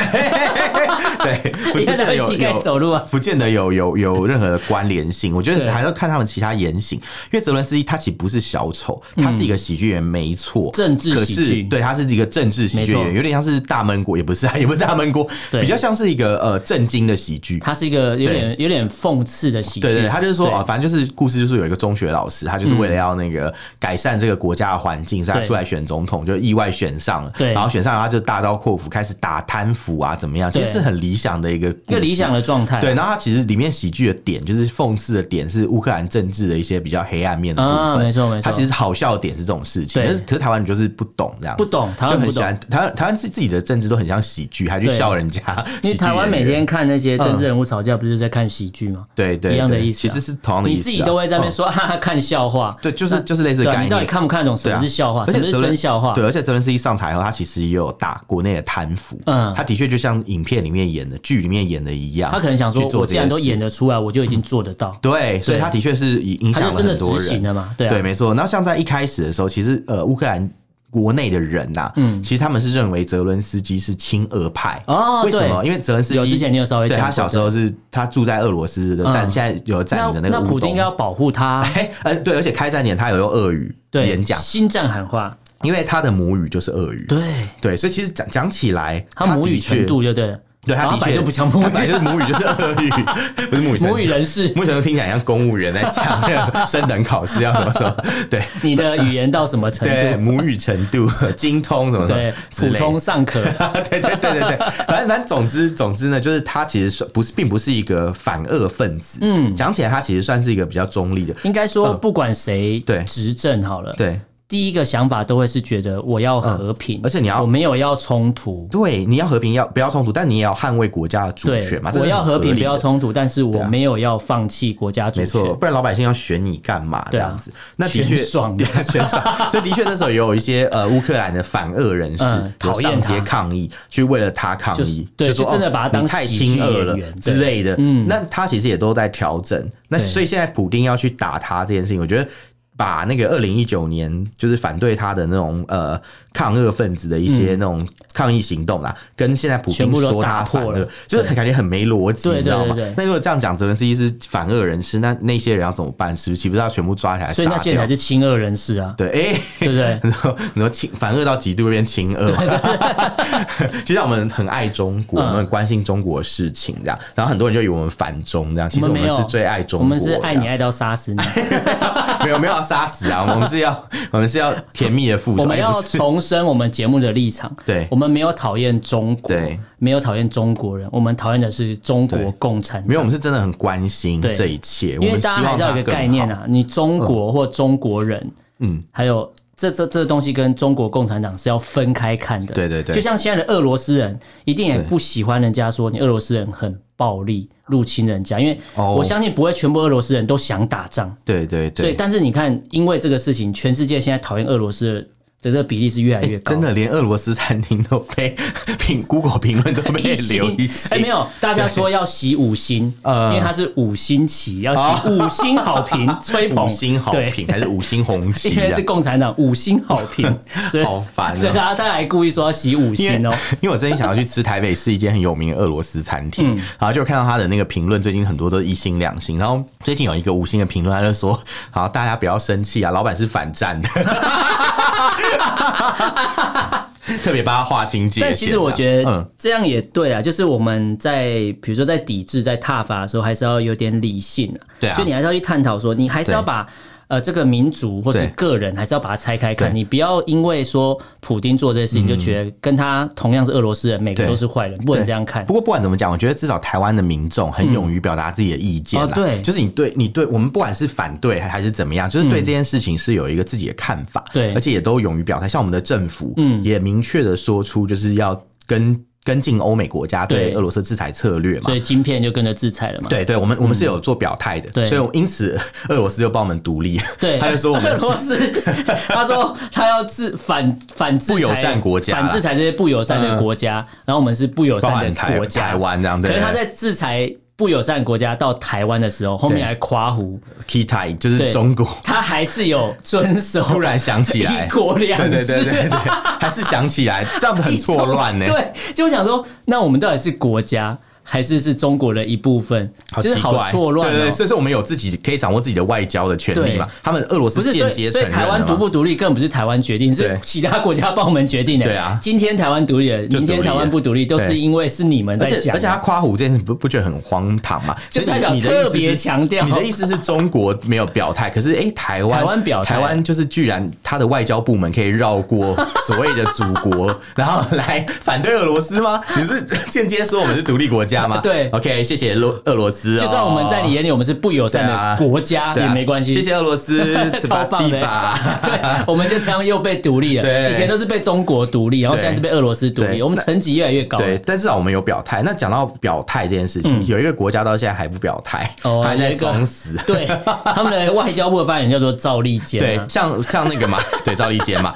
对， 不
因为
不
他
见得
的
有
膝盖
有
走路啊，
不见得有有有任何的关联性，我觉
对
得还要看他们其他言行。因为泽伦斯基他其实不是小丑，他是一个喜剧演员，没错，
政治
可
喜
是
剧
对，他是一个政治喜剧演
没
员，
错
有点点像是大闷锅，也不是啊，也不是大闷锅，
对
比较像是一个呃震惊的喜剧。
它是一个有点有点讽刺的喜剧。
对对，他就是说
对
啊，反正就是故事，就是有一个中学老师，他就是为了要那个改善这个国家的环境，所以他
对
出来选总统，就意外选上了。
对
然后选上了，他就大刀阔斧开始打贪腐啊，怎么样？其实
对
是很理想的一个
一
一
个理想的状态。啊
对，然后它其实里面喜剧的点就是讽刺的点是乌克兰政治的一些比较黑暗面的部分，
啊没错没错
它其实好笑的点是这种事情，
对
但是可是台湾你就是不懂这样子，
不懂台湾
就很
不
喜
懂
欢台湾台湾自自己的政治都很像喜剧，还去
对
笑人家喜剧演员，嗯
因为台湾每天看那些政治人物吵架，不是在看喜剧吗？
对对
一样的
对
意思啊
其实是同样的意
你
思、啊，
自己都会在那边
嗯
说哈哈看笑话，
对，就是就是类似的
对啊
概
你到底
念。
看不看得懂
对
什
啊
么是笑话，
而
什
且
么是
泽
真
伦
笑话？
对，而且啊泽伦斯基上台后，他其实也有打国内的贪腐，
嗯
嗯，他的确就像影片里面演的、剧里面演的一样，
他可能想说
去，做
我
这
既然
件
都
事
演得出来，我就已经做得到。
对，所以他的确是影影响了
他就真的
很多
执
人
行了嘛对啊
没错。然后像在一开始的时候，其实呃，乌克兰。国内的人呐、嗯，其实他们是认为泽伦斯基是亲俄派
哦
为什么？
对
因为泽伦斯
有
基
之前你有稍微
对
讲
他
过
小时候是他住在俄罗斯的占，
嗯
现在有占领的
那
个
普
乌
京应
东
该。要保护他，
哎，呃，对，而且开战前他有用俄语
对，
演讲，
心战喊话，
因为他的母语就是俄语。
对
对，所以其实讲讲起来，
他母语
的确
程度就对了，
对
然
他
后
的
本
确
来就不讲母
他本来
语，
就是母语就是俄 语，不是母语程度
母语人士，
目前都听起来像公务员在讲那个升等考试啊要什么什么，对
你的语言到什么 程
对，
度？
母语程度、精通什么什么
对，
之
普
类的
通尚 可。
对对对对对，反正反正总之总之呢，就是他其实算不是并不是一个反俄分子，嗯，讲起来他其实算是一个比较中立的，
应该说，不管谁
嗯对
执政好了，
对嗯
第一个想法都会是觉得我要和平，
而且你要
我没有要冲突，
对，你要和平要不要冲突，但你也要捍卫国家的主
对
权嘛，，这是
我要
很
和平
理
不要
的
冲突，但是我
啊
没有要放弃国家主
没错，
权。
不然老百姓要选你干嘛这
对啊
样子？那的确
选爽
对啊选爽。 这的确那时候也有一些呃乌克兰的反俄人士
嗯
有
讨厌
上街
他
抗议，去为了他抗
就是
议，
对
说
就真的
哦
把他当
你太
喜剧
亲俄了
演员对
之类的。嗯，那他其实也都在调整。那
对
所以现在普丁要去打他这件事情，我觉得。把那个二零一九年就是反对他的那种呃抗俄分子的一些那种抗议行动啦，跟现在普
嗯全
京
部都
说他
打破
反
了
俄，就是感觉很没逻辑，
对
你知
对
道
对
吗
对？
那如果这样讲，泽连斯基是反俄人士，那那些人要怎么办？是不是岂不是要全部抓起来
所以那
杀
些人
掉
才？是亲俄人士啊，
对， 哎、
对不对？
你说你说亲反俄到极度会变亲俄嘛， 就像我们很爱中国，
嗯
我们很关心中国的事情这样，然后很多人就以为我们反中这样，其实
我
我
们
们
没有
是最爱中
我
国，
们是爱你，爱到杀 死你，
没有没有要杀死啊，我们是要我们是要甜蜜的复仇，
我们
哎
要
不是
重申我们节目的立场。
对
我们没有讨厌中国
对，
没有讨厌中国人，我们讨厌的是中国
对
共产党。
没有，我们是真的很关心
对
这一切，我
因为
们希
大家还
望
是
它
要有一个
更
概念
好。
啊，你中国或中国人，嗯
嗯，
还有这这这东西跟中国共产党是要分开看的。
对对对
就像现在的俄罗斯人，一定也
对
不喜欢人家说你俄罗斯人很暴力入侵人家，因为
哦
我相信不会全部俄罗斯人都想打仗。
对对
所以，
对，
但是你看，因为这个事情，全世界现在讨厌俄罗斯的这个比例是越来越高。
哎真的连俄罗斯餐厅都被 评 Google 评论都被
一星
留一
哎、
星
没有，大家说要洗五星，因
呃
为它是五星旗，要洗五星好评， 吹捧
啊五星好
对
评还是五星红旗
因
这
为
样？
是共产党五星好评，所 以
好烦哦
对，大家大家还故意说要洗五
因为
星哦、
因为我最近想要去吃台北市一间很有名的俄罗斯餐
嗯
厅，然后就看到他的那个评论，最近很多都是一星两星，然后最近有一个五星的评论，他就说：“ 好，大家不要生气啊，老板是反战的。” 特别帮他划清界限啊。
但其实我觉得
嗯，
这样也对啊，就是我们在比如说在抵制、在踏伐的时候，还是要有点理性啊。
对啊
就你还是要去探讨说，你还是要
对
把呃这个民族或是
对
个人，还是要把它拆开看。
对嗯
你不要因为说普丁做这些事情，就觉得跟他同样是俄罗斯人，每个
对
都是坏人，不能
对
这样看
不。过不管怎么讲，我觉得至少台湾的民众很勇于表达自己的意见啦。
哦对
就是你对你对我们不管是反对还还是怎么样，就是对这件事情是有一个自己的看法，
嗯对
而且也都勇于表态。像我们的政府，嗯，也明确的说出就是要跟跟进欧美国家对
对
俄罗斯制裁策略嘛
所。以晶片就跟着制裁了嘛。
对对，我们我们是有做表态的，
对
所以因此俄罗斯就帮我们独 立，
对，
他就说我们
俄罗
是
斯，他说他要制反反制裁
不友善国家啦嗯
反制裁这些不友善的国家，然后我们是不友
包
善
含
的
台
国家。
台湾这样，
可
对
是他
对
在制裁不友善国家到台湾的时候，后面
对
还夸胡，
，Key t i 就
对
是中国，
他还是有遵守。
突然想起来
一，国两
对
制，
对对 对对，还是想起来，这样子很错乱呢。
对，就我想说，那我们到底是国家还是是中国的一部分，
好
就
奇
是
怪，
好错乱、哦。
对对对，所以说我们有自己可以掌握自己的外交的权利嘛
对。
他们俄罗斯
不是，
间
所以
接
所
承
以
认了嘛
台湾独不独立根本不是台湾决定，是
对
其他国家帮我们决定的。
对啊
今天台湾独立了，
就独立
明天台湾不独立，都是
对
因为是你们
而
在
且
讲。
而且啊他夸胡这件事，你不不觉得很荒唐吗？
就
所以你
代表
你的意思
特别
是
强调
你的意思是中国没有表态，可是哎、诶台湾
台湾表态
台湾就是居然他的外交部门可以绕过所谓的祖国，然后来反对俄罗斯 吗？你是间接说我们是独立国家吗？
对
，OK，谢谢俄俄罗斯、哦，
就算我们在你眼里我们是不友善
对啊
的国家
对
也
啊
没关系，，
谢谢俄罗斯
超棒的欸
Спасибо
对，我们就这样又被独立了。
对
以前都是被中国独立，然后
对
现在是被俄罗斯独立，
对
我们层级越来越高。
对，但至少我们有表态。那讲到表态这件事情，有一个国家到现在还不表态，
嗯哦
还
有
在
一个
装死。
对，他们的外交部的发言人叫做赵立坚
对
啊，，
像像那个嘛， 对赵立坚嘛，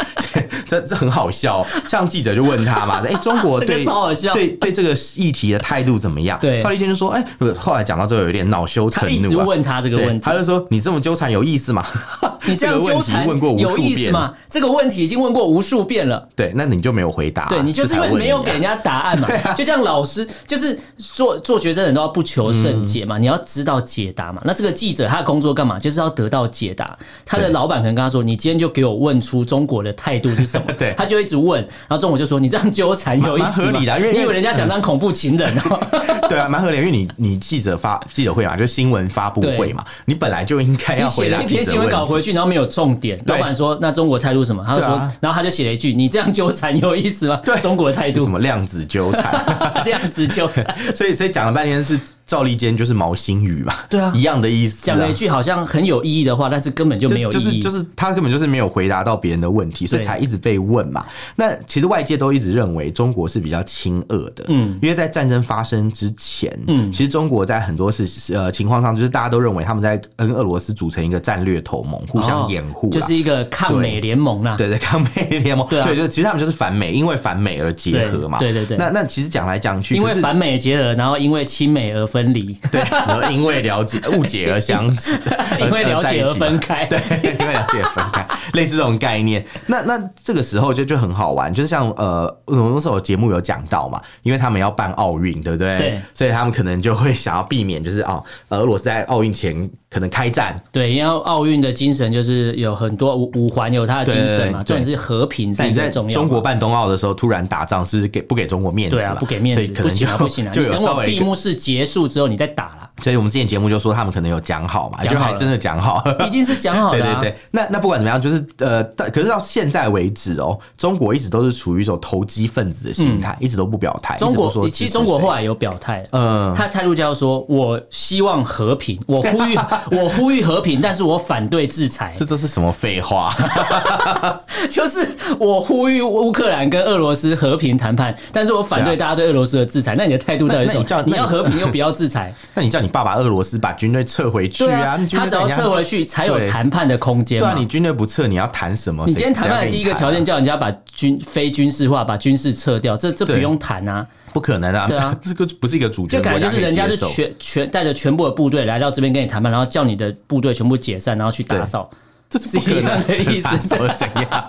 这这很好笑哦、像记者就问他嘛，哎、中国
这个
对
超好笑
对对这个议题的态度怎么样？
对
赵立坚就说，哎、不是后来讲到最后有点恼羞
他
成
一直
怒啊。
问他这个
对
问题
他。就说：“你这么纠缠有意思吗？
你这样
个
纠
问题
缠
问过无数
有意思
遍，
吗？这个问题已经问过无数遍了。
对，那你就没有回答啊、
对你就是
这
因
才
为
问
没有
你啊
给人家答案嘛，
啊
就像老师就是做做学生的人都要不求甚解
嗯
嘛，你要知道解答嘛。那这个记者他的工作干嘛？就是要得到解答。他的
对
老板可能跟他说：“你今天就给我问出中国的态度是什么？”
对
他就一直问，然后中国就说：“你这样纠缠有意思
蛮
吗
合理的啊因为？”
你以为人家想当恐怖情人哦？
对啊，蛮合理的，因为你你记者发记者会嘛，就新闻发布会嘛，你本来就应该
你
要
写
回
了
答
一
记
篇
者
新闻稿
问题。
回去，然后没有重点。
对
老板说：“那中国态度是什么？”他就说
对啊，
然后他就写了一句：“你这样纠缠有意思吗？”
对
中国的态
是什
度
么量子纠缠？
这样子纠缠。
所以所以讲了半天是赵立坚就是毛新宇嘛，
对啊
一样的意思、啊。
讲了一句好像很有意义的话，但是根本就
就
没有意
就
义。
是就是他根本就是没有回答到别人的问题，所以
对
才一直被问嘛。那其实外界都一直认为中国是比较亲俄的，
嗯
嗯，因为在战争发生之前，
嗯
嗯，其实中国在很多事呃情况上，就是大家都认为他们在跟俄罗斯组成一个战略同盟，互相掩护
哦
啦、
就是一个抗美联盟啊啦。
对对，抗美联盟，
对啊
对，就其实他们就是反美，因为反美而结合嘛。
对对对对
那那其实讲来讲去，
因为
可是
反美结合，然后因为亲美而分离，
对，然后因为了解误解 而相识，
因为了
在一
解
起嘛
而分开。
对，因为了解而分开，类似这种概念。那那这个时候就就很好玩，就是像呃，我们那时候节目有讲到嘛，因为他们要办奥运，对不对？
对，
所以他们可能就会想要避免，就是哦，俄罗斯在奥运前可能开战，
对，因为奥运的精神就是有很多五五环有它的精神
对对
嘛，重
对
点是和平是
但你在
最重要的。
中国办冬奥的时候突然打仗，是不是给不给中国面子
对
啦？
啊，不给面
所
子，
以可
不
能就
行啊，不行 啊！
就
你
有
等
稍
我
微
闭幕式结束之后，你再打 啦，
所以我们之前节目就说他们可能有讲好嘛，
讲
就
好了
还真的讲好。
一定是讲 好
对
的、
对
啊。
对，那那不管怎么样，就是呃，但可是到现在为止哦，中国一直都是处于一种投机分子的心态，一直都不表态。
嗯中
一直不
国
说
其
支
实
持
中国
谁
后来有表态了，
嗯
他的态度叫说：“我希望和平，我呼吁， 我呼吁和平，但是我反对制裁。
这都是什么废话？
就是我呼吁乌克兰跟俄罗斯和平谈判，但是我反对
对啊
大家对俄罗斯的制裁。那你的态度到底是
那那你
什
叫
么？你要和平又不要制 裁，
那你叫你爸爸俄罗斯把军队撤回去
对
啊？你军
他
队
只
在
要
人家
撤回去才有
对
谈判的空间
对
嘛
啊，。你军队不撤，你要谈什么？
你
谁
今天谈判的第一个条，
谁要跟你啊
件叫人家把军非军事化，把军事撤掉，这这不
对
用谈啊，
谈啊 不可能啊！
对啊
这个不是一个主权
这
国
感
家
觉就
可
是
以
人家
接
是
受
全全带着全部的部队来到这边跟你谈判，然后叫你的部队全部解散，然后去打
对
扫，
这是不可
是一样
能
的意思
什么怎样？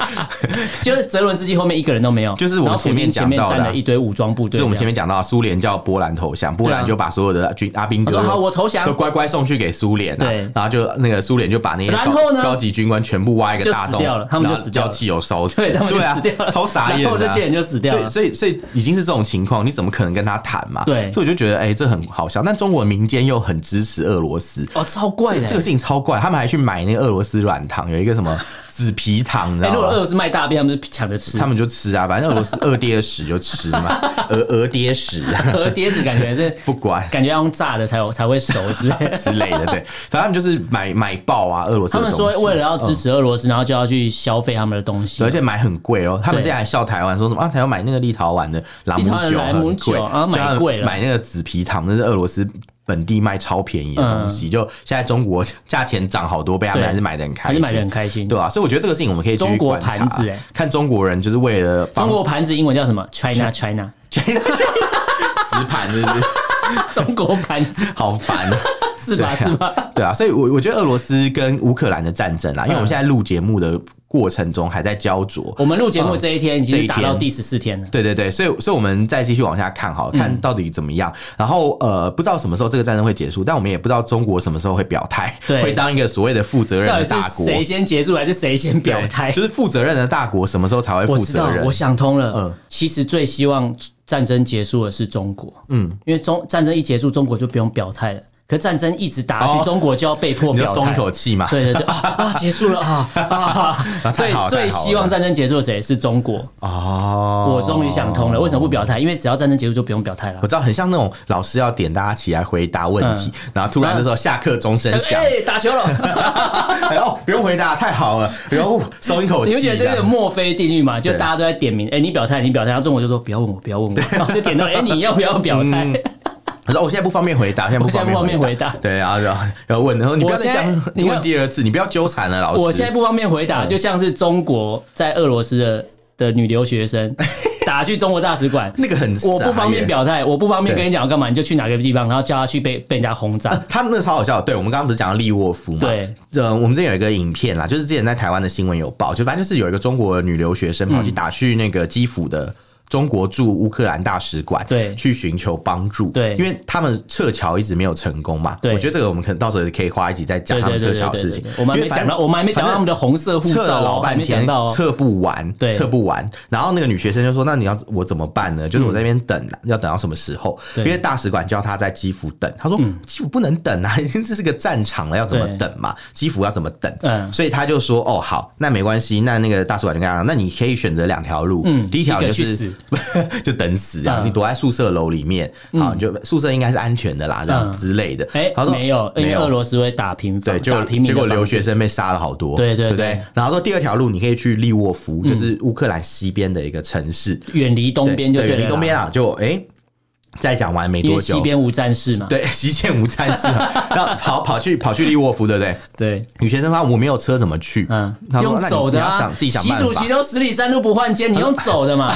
就是泽伦斯基后面一个人都没有，
就是我们
然后普
前面
京前面
讲到的
站
啊
了一堆武装部
就
队，
是我们
这
前
样
面讲到，苏联叫波兰投降，波
对
兰
啊
就把所有的军阿兵
他
哥
说好我投降
都乖乖送去给苏联、啊，
对
然后就那个苏联就把那些
然后呢
高高级军官全部挖一个大
就死
洞，
掉了他们就
然后
死掉了
叫汽油烧死，
对他们就
啊
死掉了
超傻眼的啊、
然后这些人就死掉了
所以所以所以已经是这种情况，你怎么可能跟他谈嘛？
对
所以我就觉得哎、这很好笑，但中国民间又很支持俄罗斯。
哦，超怪
这
的
个
欸、
这个事情超怪，他们还去买那个俄罗斯软糖，有一个什么 紫皮糖，你知
哎、如
道
果
吗
俄？罗斯卖大便，他们就抢着吃。
他们就吃啊，反正俄罗斯二爹屎就吃 嘛，俄俄爹屎。
和碟子感觉是
不管
感觉要用炸的才有才会熟之类的。
之类的， 对，反正他们就是买买爆啊，俄罗斯
他
的
们
东西。嗯
说为了要支持俄罗斯，然后就要去消费他们的东西
对。而且买很贵哦，他们之前还笑台湾说什么啊，台湾买那个立陶宛的啊朗姆
立陶宛
酒
朗姆
很
酒
贵，
啊 买
就他们
贵了
买那个紫皮糖，那是俄罗斯本地卖超便宜的东西，就现在中国价钱涨好多倍，他们
对
还是买的很开
还
心，
是买的很开心。
对啊，所以我觉得这个事情我们可以继续
中国
观察
盘子欸
看中国人就是为了帮
中国盘子英文叫什么？China China，
磁盘，是不是
中国盘子
好烦啊。
是吧？
对啊
是吧？
对啊，所以我，我觉得俄罗斯跟乌克兰的战争啊，因为我们现在录节目的过程中还在焦灼。
我们录节目这一天已
嗯这
经
一
打到
天
第十四天了。
对对对，所以所以我们再继续往下看好，
嗯
看到底怎么样。然后呃，不知道什么时候这个战争会结束，但我们也不知道中国什么时候会表态，
对
会当一个所谓的负责任
到
的
底是
大国。
谁先结束，还是谁先表
对
态？
就是负责任的大国什么时候才会
我
负
知道
责，任
我？想通了。
嗯
其实最希望战争结束的是中国，嗯，因为中战争一结束，中国就不用表态了。可战争一直打下去，
哦
中国就要被迫
你就
表态。
松一口气嘛。
对对对啊啊，结束 了啊啊！
啊
最
太好了
最
太好了
希望战争结束的谁是中国？
哦，
我终于想通了，为什么不表态？因为只要战争结束就不用表态了
我。知道很像那种老师要点大家起来回答问题，
嗯
然后突然这时候下课钟声响，
哎，打 球了！
哎哦，不用回答，太好了，然后哦松一口
你
气
们觉
这
得
样。
这个有墨菲定律嘛？就
对
大家都在点名，哎，你表态，你表态，然后中国就说不要问我，不要问我，然后就点到，哎，你要不要表态？
嗯可哦是我现在不方便回答，现在不方
哦我现在
便
不方便回答
对，然后然后然后问，然后你不要再
我
讲
现在，你
你
看
问第二次，你不要纠缠了，老师。
我现在不方便
嗯
回答，就像是中国在俄罗斯的的女留 学生打去中国大使馆，
那个很傻
我不方便
耶
表态，我不方便
对
跟你讲要干嘛，你就去哪个地方，然后叫他去被被人家轰炸。
他们那个超好笑的，对我们刚刚不是讲到利沃夫嘛？
对，
呃，我们这边有一个影片啦，就是之前在台湾的新闻有报，就反正就是有一个中国女留学生跑
嗯
去打去那个基辅的。中国驻乌克兰大使馆
对
去寻求帮助，
对
因为他们撤侨一直没有成功嘛。
对
我觉得这个我们可能到时候也可以花一集再 讲
对
他
对
们撤
对
侨的
对对
事
对
情
对，。我们还没
因为反
讲到，我们还没讲到他们的红色护
测了
照哦，
老
还
半
没讲
天
到哦。
测不完，
对嗯
测不完。然后那个女学生就说：“那你要我怎么办呢？就是我在那边等，啊要等到什么时候？
对嗯
因为大使馆叫她在基辅等，她说基辅不能等啊，已 经这是个战场了，要怎么
对
等嘛？基辅要怎么等？
嗯
所以她就说：哦，好，那没关系，那那个大使馆就跟她讲，那你可以选择两条路，
嗯
第一条你就
一个去
是
死
就等死啊，
嗯
你躲在宿舍楼里面，好，你就宿舍应该是安全的啦，这样
嗯
之类的。
哎
她，说
没有，因为俄罗斯会打平
对，
房，
结果
打平民
结
的
果
房
留学生被杀了好多，
对对
对不
对
然后说第二条路，你可以去利沃夫，就是乌克兰西边的一个城市，
远离东边就
对
对
远
了
离
啦，
东边啊，就哎，再讲完没
因
多
为西
久，
边无战事嘛。
对， 西线无战事嘛， 然后跑跑去跑去利沃夫，对不对？
对，
女学生说我没有车怎么去？
嗯
嗯，他，说
用
那你
走
你
的
要
啊
想，自己想
习
办
主
法
席。都十里山路不换肩，你用走 的嘛，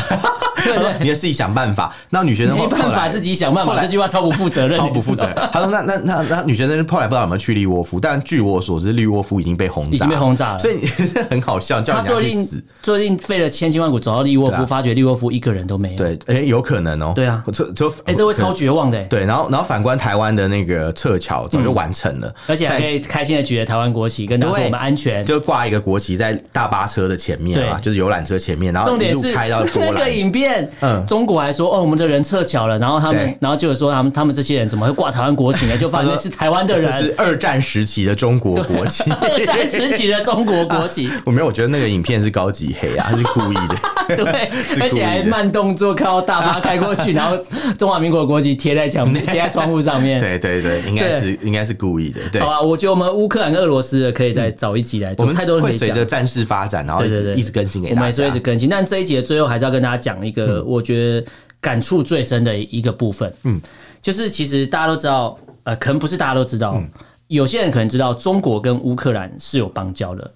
他
对不
说
对？
你要自己想办法。那女学生
没办
后
法，
来
自己想办
后
法。
来
这句话超不负责任，
超不负责任。他说那那那那女学生后来不知道有没有去利沃夫，但据我所知，利沃夫已经被轰炸，
已经被轰炸了
啊所以 很好笑，叫
他
人家
最
去
近
死。
最近费了千辛万苦走到利沃
对
夫，
啊
发觉利沃夫一个人都没有。，
对，哎、有可能哦、
对啊
我就就
哎，这会超
可
绝望的。，
对，然后然后反观台湾的那个撤侨早
嗯
就完成了，
而且还可
在
以开心的举着台湾国旗，跟他说
对
我们安全。
就挂一个国旗在大巴车的前面啊，
对
就是游览车前面，然后
重
一
点
路
是
开到波
那个
兰。
影片，
嗯
中国还说哦，我们的人撤侨了，然后他们
对，
然后就有说他们他们这些人怎么会挂台湾国旗呢？就发现
他
是
说
台湾的
就
人啊
是，二战时期的中国国旗，
二战时期的中国国旗，
我没有，我觉得那个影片是高级黑啊，是故意 的。
对，而且还慢动作靠大巴开过去，然后中华民国国旗贴在墙 贴在窗户上面。
对对对，应该
对
是应该是故意的。对
好，吧，我觉得我们乌克兰跟俄罗斯的可以再找一集来
我
做，
们
太多人
会
可以
随
讲。
着战事发展，然后一
对对
直
对
一直更新给
我们
大
也是
家嗯
会一。直更新，但这一集的最后还是要跟大家讲一个，我觉得感触最深的一个部分。嗯，就是其实大家都知道，呃，可能不是大家都知道，
嗯
有些人可能知道中国跟乌克兰是有邦交的，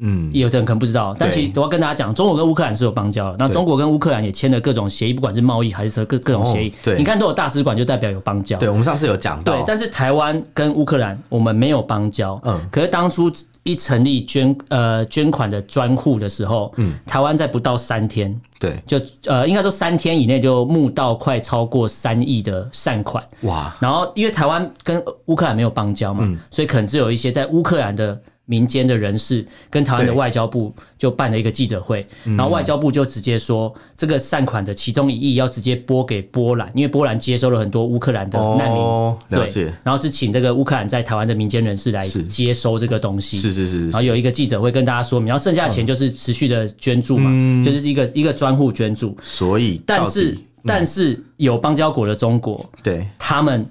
嗯，
有的人可能不知道，但
对
其实我要跟大家讲，中国跟乌克兰是有邦交的。那中国跟乌克兰也签了各种协议，不管是贸易还是各各种协议
哦，对
你看都有大使馆，就代表有邦交。
对，我们上次有讲
对
到，，
但是台湾跟乌克兰我们没有邦交，嗯
嗯，
可是当初一成立捐呃捐款的专户的时候，嗯，台湾在不到三天
对，
就呃应该说三天以内就募到快超过三亿的善款，
哇，
然后因为台湾跟乌克兰没有邦交嘛，
嗯
所以可能只有一些在乌克兰的民间的人士跟台湾的
对嗯
外交部就办了一个记者会，然后外交部就直接说这个善款的其中一亿要直接拨给波兰，因为波兰接收了很多乌克兰的难民，
哦了
对
解，
然后是请这个乌克兰在台湾的民间人士来
是
接收这个东西，
是是是是
然后有一个记者会跟大家说明，然后剩下的钱就是持续的捐助嘛，就是一个一个专户捐助，
所以
但
嗯到
是
底嗯
但是有邦交国的中国。
对
他们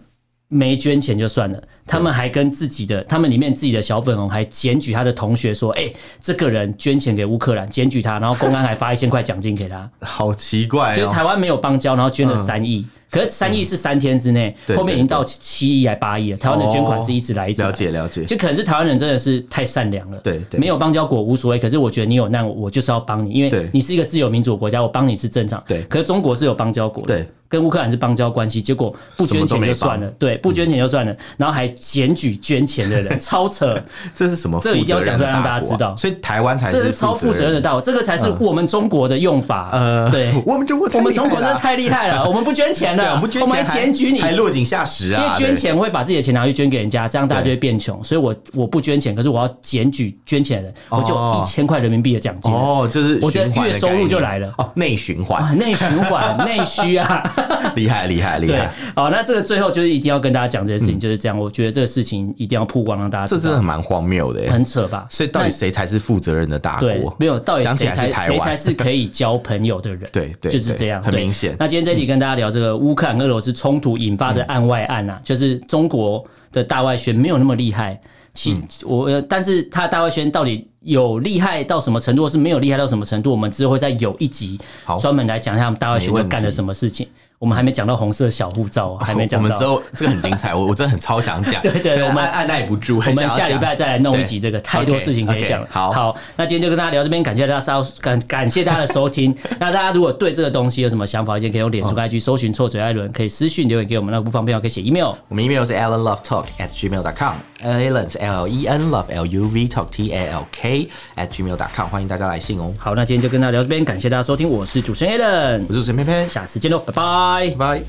没捐钱就算了，他们还跟自己的，他们里面自己的小粉红还检举他的同学说：“哎、这个人捐钱给乌克兰，检举他。”然后公安还发一千块奖金 给他。
好奇怪
就是
哦，
台湾没有邦交，然后捐了三亿，可是三亿是三天之内，
嗯对哦
后面已经到七亿还八亿了。台湾的捐款是一直来一直来
了解了解，
就可能是台湾人真的是太善良了，
对对
没有邦交国无所谓。可是我觉得你有难，我就是要帮你，因为
对
你是一个自由民主的国家，我帮你是正常。
对
可是中国是有邦交国的，
对，
跟乌克兰是邦交关系，结果不捐
什么都
钱
没嗯
就算了，对，不捐钱就算了，然后还检举捐钱的 人，超扯，
这是什么？
这个一定要讲出来让大家知道
啊所以台湾才
这是超负责任的
的。
道，这个才是我们中国的用法。
呃，
对，
我们中国太
我们
厉害
中国真的
了啊
太厉害了，我们不捐钱
对啊，
了，
我们捐
还
钱还
检举你，
还落井下石
因
啊！
为捐钱会把自己的钱拿去捐给人家，这样大家就会变穷。所以我我不捐钱，可是我要检举捐钱的人，
哦
我就一千块人民币的奖
对
金。
哦，就是
我觉得
循环的
月收入
概念
就来了
哦，内循
啊，
环，
内循环、内 需啊，
厉害厉害厉
对
害！，
好，那这个最后就是一定要跟大家讲这件事情，就是这样。我觉得这个事情一定要曝光，让大家
嗯这
知
真的
道，
很蛮荒谬的耶，
很扯吧？
所以到底谁才是负责任的大
对
国，？
没有，到底
讲起
谁
来是
才
台
谁
湾
才是可以交朋友的人？
对对
就是
对
这样，
很
对
明显嗯
那今天这集跟大家聊这个乌克兰跟俄罗斯冲突引发的案外案啊，就是中国的大外宣没有那么厉害。其、
嗯
我呃，但是他的大外宣到底有厉害到什么程度，或是没有厉害到什么程度，我们之后会再有一集
好
专门来讲一下他们大外宣
没
都
问
干了
题
什么事情。我们还没讲到红色小护照啊，还没讲
我
到。
们之后这个很精彩，我我真的很超想讲。
对对我们
按按耐不住，
我
很想
们
要
下礼
讲
拜再来弄一
对
集这个，太多
OK，
事情可以
OK，
讲了。
好
好，那今天就跟大家聊这边，感谢大家收感感谢大家的收听。 那大家如果对这个东西有什么想法，意见，可以用脸书、IG 搜寻臭嘴艾伦，可以私讯留言给我们。那不方便的话可以写 email。
我们 email 是 allenlovetalk at gmail dot com，allen 是 L L E N love L U V talk T A L K at gmail dot com，欢迎大家来信哦。
好，那今天就跟大家聊这边，感谢大家收听，我是主持人 a l l n
我是主持人偏偏，
下次见喽，拜拜
拜。拜。